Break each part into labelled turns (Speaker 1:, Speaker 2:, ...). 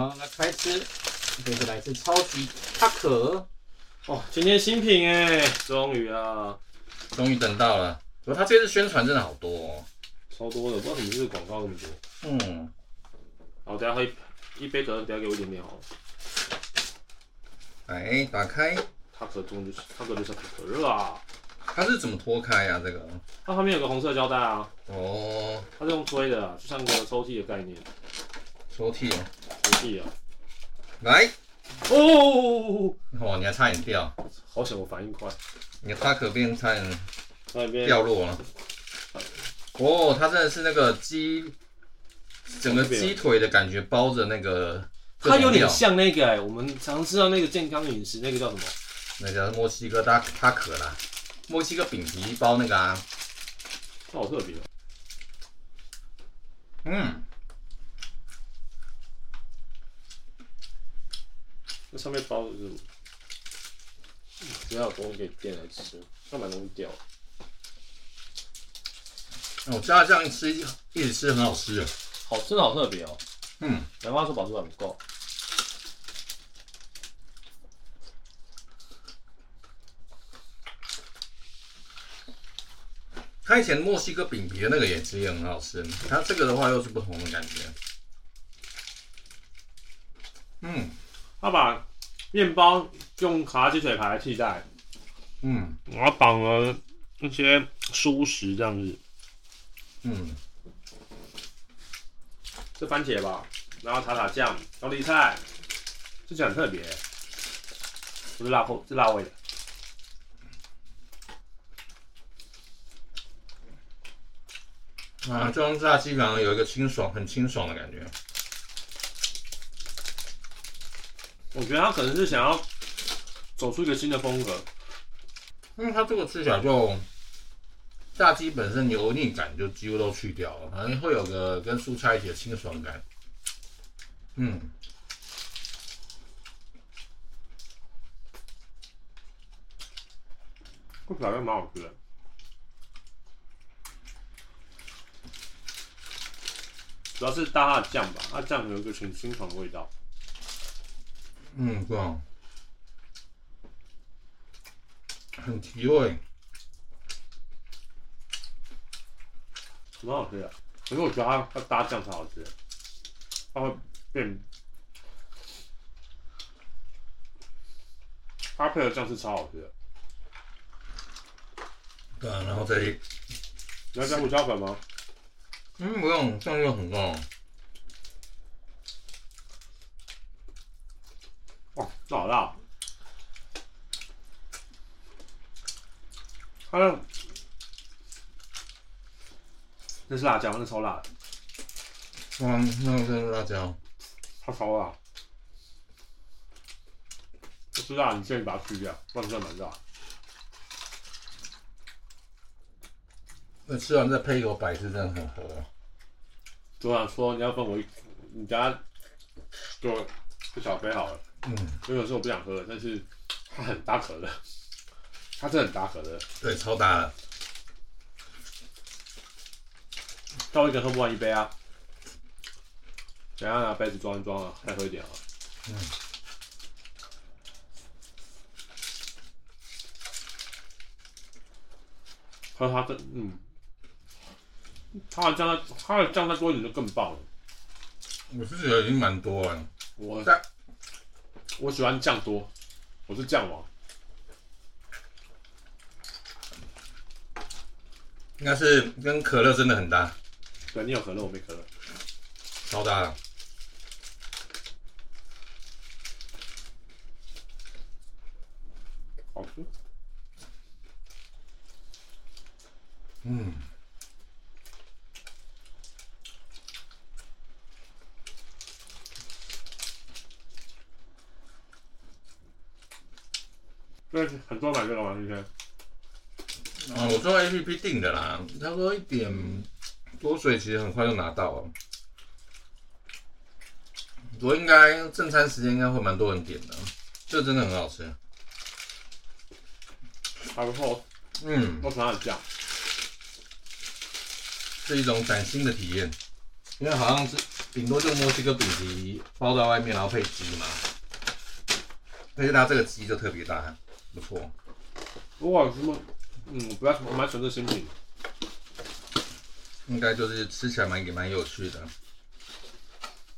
Speaker 1: 好，来开吃，这个来自超级阿可，
Speaker 2: 哦，今天新品哎，终于啊，
Speaker 3: 终于等到了。不过他这次宣传真的好多哦。
Speaker 2: 超多的，不知道怎么这个广告那么多。
Speaker 3: 嗯，
Speaker 2: 好，等一下喝一一杯可乐，等一下给我一点点好了。
Speaker 3: 来哎打开，
Speaker 2: 它可中就是它可就是可乐啊，
Speaker 3: 它是怎么脱开呀、这个
Speaker 2: 它旁边有个红色胶带啊，
Speaker 3: 哦，
Speaker 2: 它是用推的啊，就像个抽屉的概念，
Speaker 3: 抽屉哦，
Speaker 2: 抽屉啊。
Speaker 3: 来，
Speaker 2: 哦，
Speaker 3: 哦，你还差点掉，
Speaker 2: 好险我反应快，
Speaker 3: 你的塔可变差点
Speaker 2: 那边
Speaker 3: 掉落了。哦，它真的是那个鸡，整个鸡腿的感觉包着那个各
Speaker 2: 它有
Speaker 3: 种
Speaker 2: 点
Speaker 3: 料，
Speaker 2: 像那个哎、我们常吃到那个健康饮食那个叫什么？
Speaker 3: 那叫墨西哥塔塔可啦，墨西哥饼皮包那个啊。
Speaker 2: 它好特别、哦，
Speaker 3: 嗯，
Speaker 2: 那上面包的是什么？只嗯要有东西可以垫来吃，那蛮容易掉的。
Speaker 3: 我知哦道这样吃一直吃很好吃的。啊
Speaker 2: 好，真的好特别哦。
Speaker 3: 嗯，
Speaker 2: 南瓜说饱足感不够。
Speaker 3: 它以前墨西哥饼皮的那个也其实也很好吃，它这个的话又是不同的感觉。嗯
Speaker 2: 他把面包用卡拉鸡腿排来替代，
Speaker 3: 嗯
Speaker 2: 然后绑了那些蔬食这样子，
Speaker 3: 嗯，
Speaker 2: 是番茄吧？然后塔塔酱、高丽菜，这起来很特别，不是辣口，是辣味的。
Speaker 3: 啊，这种炸鸡反而有一个清爽、很清爽的感觉。
Speaker 2: 我觉得他可能是想要走出一个新的风格，
Speaker 3: 因嗯为它这个吃起来就炸鸡本身油腻感就几乎都去掉了，反正会有个跟蔬菜一起的清爽感。嗯，
Speaker 2: 这小面蛮好吃的。主要是搭它的酱吧，它酱有一个很清爽的味道。
Speaker 3: 嗯，对啊，很提味。
Speaker 2: 蛮好吃的，可是我觉得它它搭酱才好吃，它会变，它配的酱是超好吃的。
Speaker 3: 对啊，然后这里，
Speaker 2: 你要加胡椒粉吗？
Speaker 3: 嗯，不用，酱料很够。
Speaker 2: 哦，这好辣哦！它那那是辣椒，那超辣的，
Speaker 3: 哇，嗯那个真的辣椒，
Speaker 2: 它超辣。不是辣，你建议把它去掉，不然真的蛮辣的。
Speaker 3: 那吃完再配一口百事，真的很合。啊
Speaker 2: 昨晚说你要分我一，你等下给我一小杯好了。
Speaker 3: 嗯，
Speaker 2: 因为有时候我不想喝了，但是它很搭可乐，它真的很搭可乐，
Speaker 3: 对，超搭的。
Speaker 2: 但我一个人喝不完一杯啊。等一下拿杯子装一装啊，再喝一点啊。
Speaker 3: 嗯
Speaker 2: 喝它的，嗯，它的酱再，它的酱再多一点就更棒了。
Speaker 3: 我是觉得已经蛮多了。
Speaker 2: 我
Speaker 3: 但
Speaker 2: 我喜欢酱多，我是酱王。
Speaker 3: 应该是跟可乐真的很搭，
Speaker 2: 对你有可乐，我没可乐。
Speaker 3: 超搭的。
Speaker 2: 好吃，
Speaker 3: 嗯，
Speaker 2: 对，很多人买这个玩具圈，
Speaker 3: 啊，我做 A P P 订的啦，他说一点多，所以其实很快就拿到了。我应该正餐时间应该会蛮多人点的，这真的很好吃。
Speaker 2: 还不错，
Speaker 3: 嗯，
Speaker 2: 我喜欢它的酱。
Speaker 3: 是一种崭新的体验，因为好像是顶多就墨西哥饼皮包在外面，然后配鸡嘛。而且它这个鸡就特别大，不错。
Speaker 2: 哇，什么？嗯，不要，我蛮喜欢这新品。
Speaker 3: 应该就是吃起来蛮也蛮有趣的。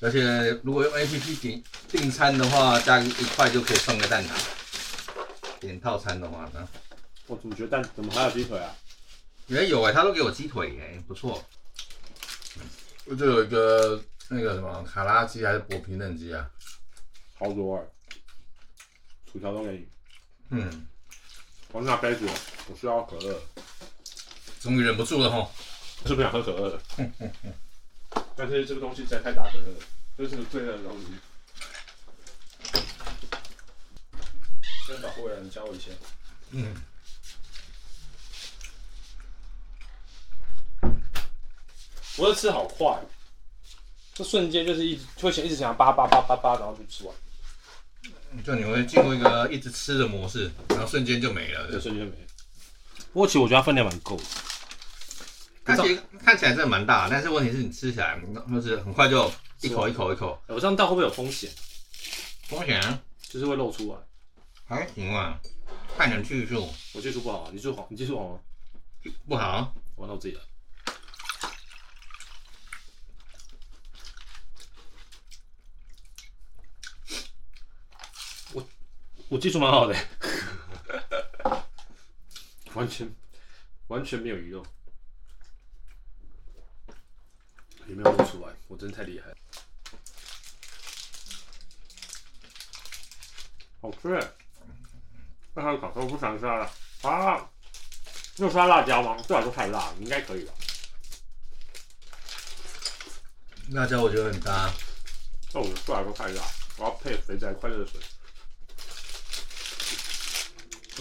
Speaker 3: 而且如果用 A P P 订订餐的话，加一块就可以送个蛋挞。点套餐的话呢，
Speaker 2: 我怎么觉得蛋怎么还有鸡腿啊？
Speaker 3: 也有哎、他都给我鸡腿哎、不错。我就有一个那个什么卡拉鸡还是薄皮嫩鸡啊？
Speaker 2: 好多哎、薯条都给你。
Speaker 3: 嗯，
Speaker 2: 我拿杯子，我需要可乐，
Speaker 3: 终于忍不住了吼。
Speaker 2: 我是不想喝可乐的。但是这个东西实在太打可乐了，这是最热的东西。先把过来，你教我一些。
Speaker 3: 嗯，
Speaker 2: 我这吃好快哦，这瞬间就是一直会想一直想叭叭叭叭叭，然后就吃完，
Speaker 3: 就你会进入一个一直吃的模式，然后瞬间就没了。
Speaker 2: 这瞬间没了。不过其实我觉得它分量蛮够的，
Speaker 3: 看起来看起来真的蛮大，但是问题是你吃起来就是很快就一口一口一口，
Speaker 2: 哎我这样倒会不会有风险？
Speaker 3: 风险
Speaker 2: 就是会漏出来。
Speaker 3: 还行啊，看人技术
Speaker 2: 我技术不好啊，你技术好，你技术好吗？
Speaker 3: 不好。
Speaker 2: 玩到我自己了。我我技术蛮好的、 完全完全没有遗漏，也没有露出来，我真的太厉害了。好吃欸，那还有烤肉不想吃辣了啊！用刷辣椒吗？对我来说太辣，你应该可以吧？
Speaker 3: 辣椒我觉得很搭，
Speaker 2: 但我对我来说太辣，我要配肥仔快乐的水。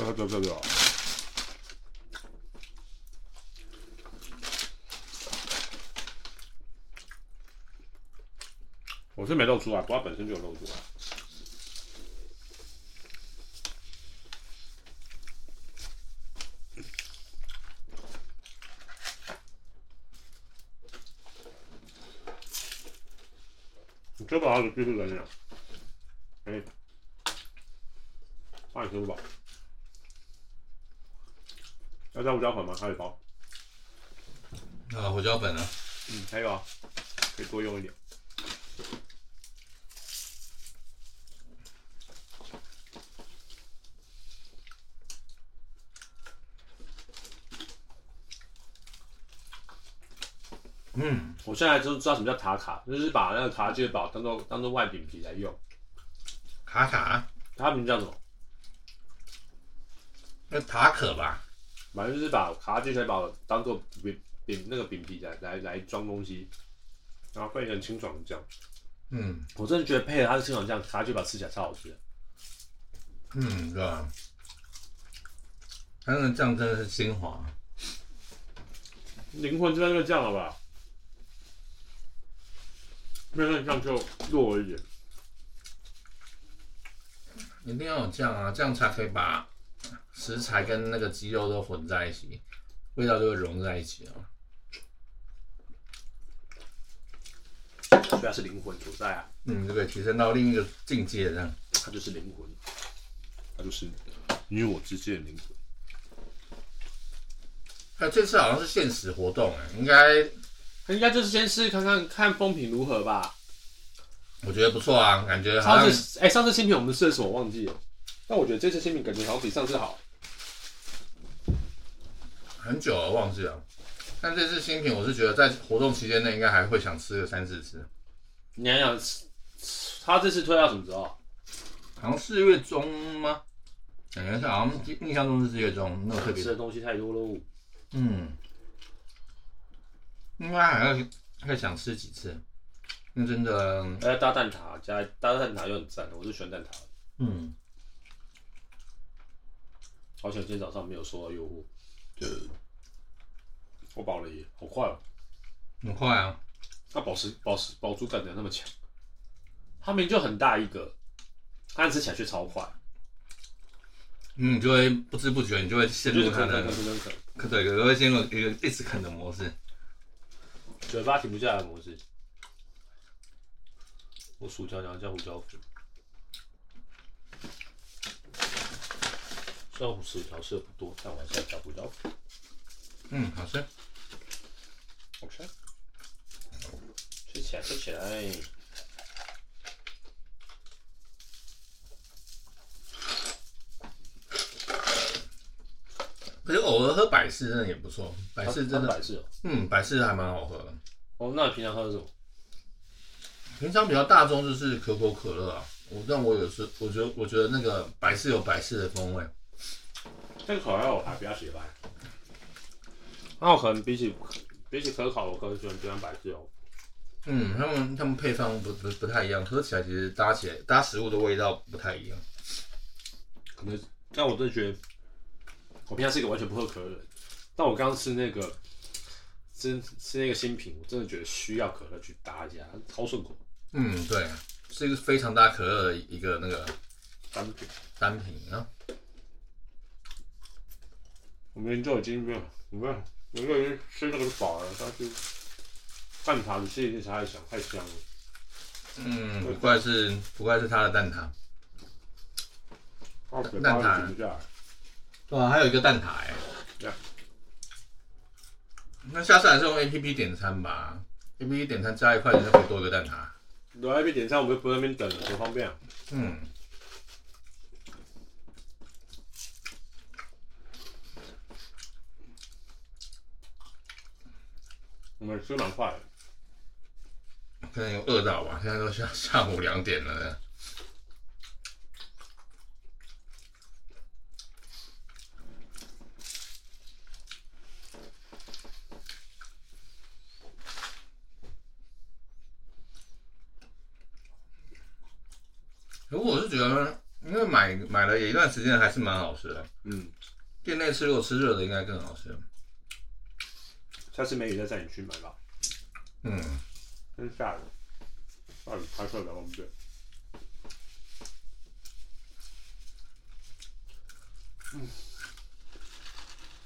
Speaker 2: 啊，对对对啊！我是没露出来，不过它本身就有露出来。你这把它给技术在那，啊哎，换修吧。要加胡椒粉吗？还有一包，
Speaker 3: 啊，胡椒粉呢？
Speaker 2: 嗯，还有啊，可以多用一点。
Speaker 3: 嗯，
Speaker 2: 我现在就知道什么叫塔卡，就是把那个卡拉鸡腿堡当做当做外饼皮来用。
Speaker 3: 卡卡，
Speaker 2: 它名字叫什么？
Speaker 3: 那塔可吧？
Speaker 2: 反正就是把卡拉鸡腿堡当做饼饼那个饼皮来来来装东西，然后配一个清爽的酱。
Speaker 3: 嗯
Speaker 2: 我真的觉得配了它的清爽酱，卡拉鸡腿堡吃起来超好吃的。
Speaker 3: 嗯，对吧？它那个酱真的是精华，
Speaker 2: 灵魂就在那个酱了吧？没有那个酱就弱了一点。
Speaker 3: 一定要有酱啊，这样才可以把食材跟那个鸡肉都混在一起，味道就会融在一起啊。
Speaker 2: 所以它是灵魂所在啊，
Speaker 3: 嗯，就可以提升到另一个境界这样。
Speaker 2: 它就是灵魂，它就是你我之间的灵魂。
Speaker 3: 哎、这次好像是限时活动哎、应该
Speaker 2: 应该就是先试看看看风评如何吧。
Speaker 3: 我觉得不错啊，感觉好
Speaker 2: 上
Speaker 3: 像
Speaker 2: 次哎、上次新品我们试的什么忘记了，但我觉得这次新品感觉好像比上次好。
Speaker 3: 很久了忘记了。但这次新品，我是觉得在活动期间内应该还会想吃个三四次，
Speaker 2: 你还想吃他这次推到什么时候？
Speaker 3: 好像四月中吗？感觉是好像印象中是四月中，没有特别
Speaker 2: 吃的东西太多哦喽。
Speaker 3: 嗯，应该还要再想吃几次。那真的，
Speaker 2: 还有大呃蛋挞加大蛋挞又很赞，我就喜欢蛋挞。
Speaker 3: 嗯，
Speaker 2: 好险今天早上没有收到诱惑。我饱了耶，好快哦！
Speaker 3: 很快啊。
Speaker 2: 那饱食饱食饱足感怎么那么强？它明明就很大一个，但吃起来却超快，
Speaker 3: 嗯，你就会不知不觉，你就会陷
Speaker 2: 就是
Speaker 3: 入
Speaker 2: 可
Speaker 3: 它
Speaker 2: 能可能，
Speaker 3: 的
Speaker 2: 可能可能，
Speaker 3: 可对，就会陷入一个一直啃的模式。
Speaker 2: 嘴巴停不下来的模式。我薯条想要加胡椒粉，虽然我薯条吃的不多，但我还是要加胡椒粉。
Speaker 3: 嗯，好吃。
Speaker 2: 好吃，吃起来，吃起来。
Speaker 3: 可是偶尔喝百事真的也不错，百事真
Speaker 2: 它
Speaker 3: 的，
Speaker 2: 百事哦。
Speaker 3: 嗯，百事还蛮好喝的。
Speaker 2: 哦，那你平常喝的什么？
Speaker 3: 平常比较大众就是可口可乐啊，我但我有时我觉得我觉得那个百事有百事的风味，
Speaker 2: 这个口味我还比较喜欢。那我可能比起比起可口，我可能喜欢喜欢百事哦。
Speaker 3: 嗯，他们他们配方不不不太一样，喝起来其实搭起来搭食物的味道不太一样。
Speaker 2: 可能，但我真的觉得，我平常是一个完全不喝可乐的人，但我刚刚吃那个吃吃那个新品，我真的觉得需要可乐去搭一下，超顺口
Speaker 3: 嗯，对，是一个非常搭可乐的一个那个
Speaker 2: 单品。
Speaker 3: 单品啊。
Speaker 2: 我明天就已经没有没有没有人吃那个饱了，但是蛋挞你吃一下才想太香了。
Speaker 3: 嗯，不怪是不怪是他的蛋挞，
Speaker 2: 哦，嘴
Speaker 3: 蛋
Speaker 2: 巴
Speaker 3: 挞
Speaker 2: 停不下来。
Speaker 3: 对啊，还有一个蛋挞哎、
Speaker 2: 对啊
Speaker 3: 那下次还是用 A P P 点餐吧，A P P 点餐加一块钱就可以多一个蛋挞。
Speaker 2: 我在那边点餐，我们就不在那边等了，多方便啊！
Speaker 3: 嗯，
Speaker 2: 我们吃蛮快的。
Speaker 3: 可能有饿到吧，现在都下下午两点了。如果我是觉得，因为买买了也一段时间，还是蛮好吃的。
Speaker 2: 嗯，
Speaker 3: 店内吃如果吃热的，应该更好吃。
Speaker 2: 下次梅雨再带你去买吧。
Speaker 3: 嗯，
Speaker 2: 真吓人，下雨拍摄的我们对。嗯嗯，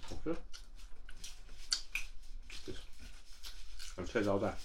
Speaker 2: 好吃。很脆招待，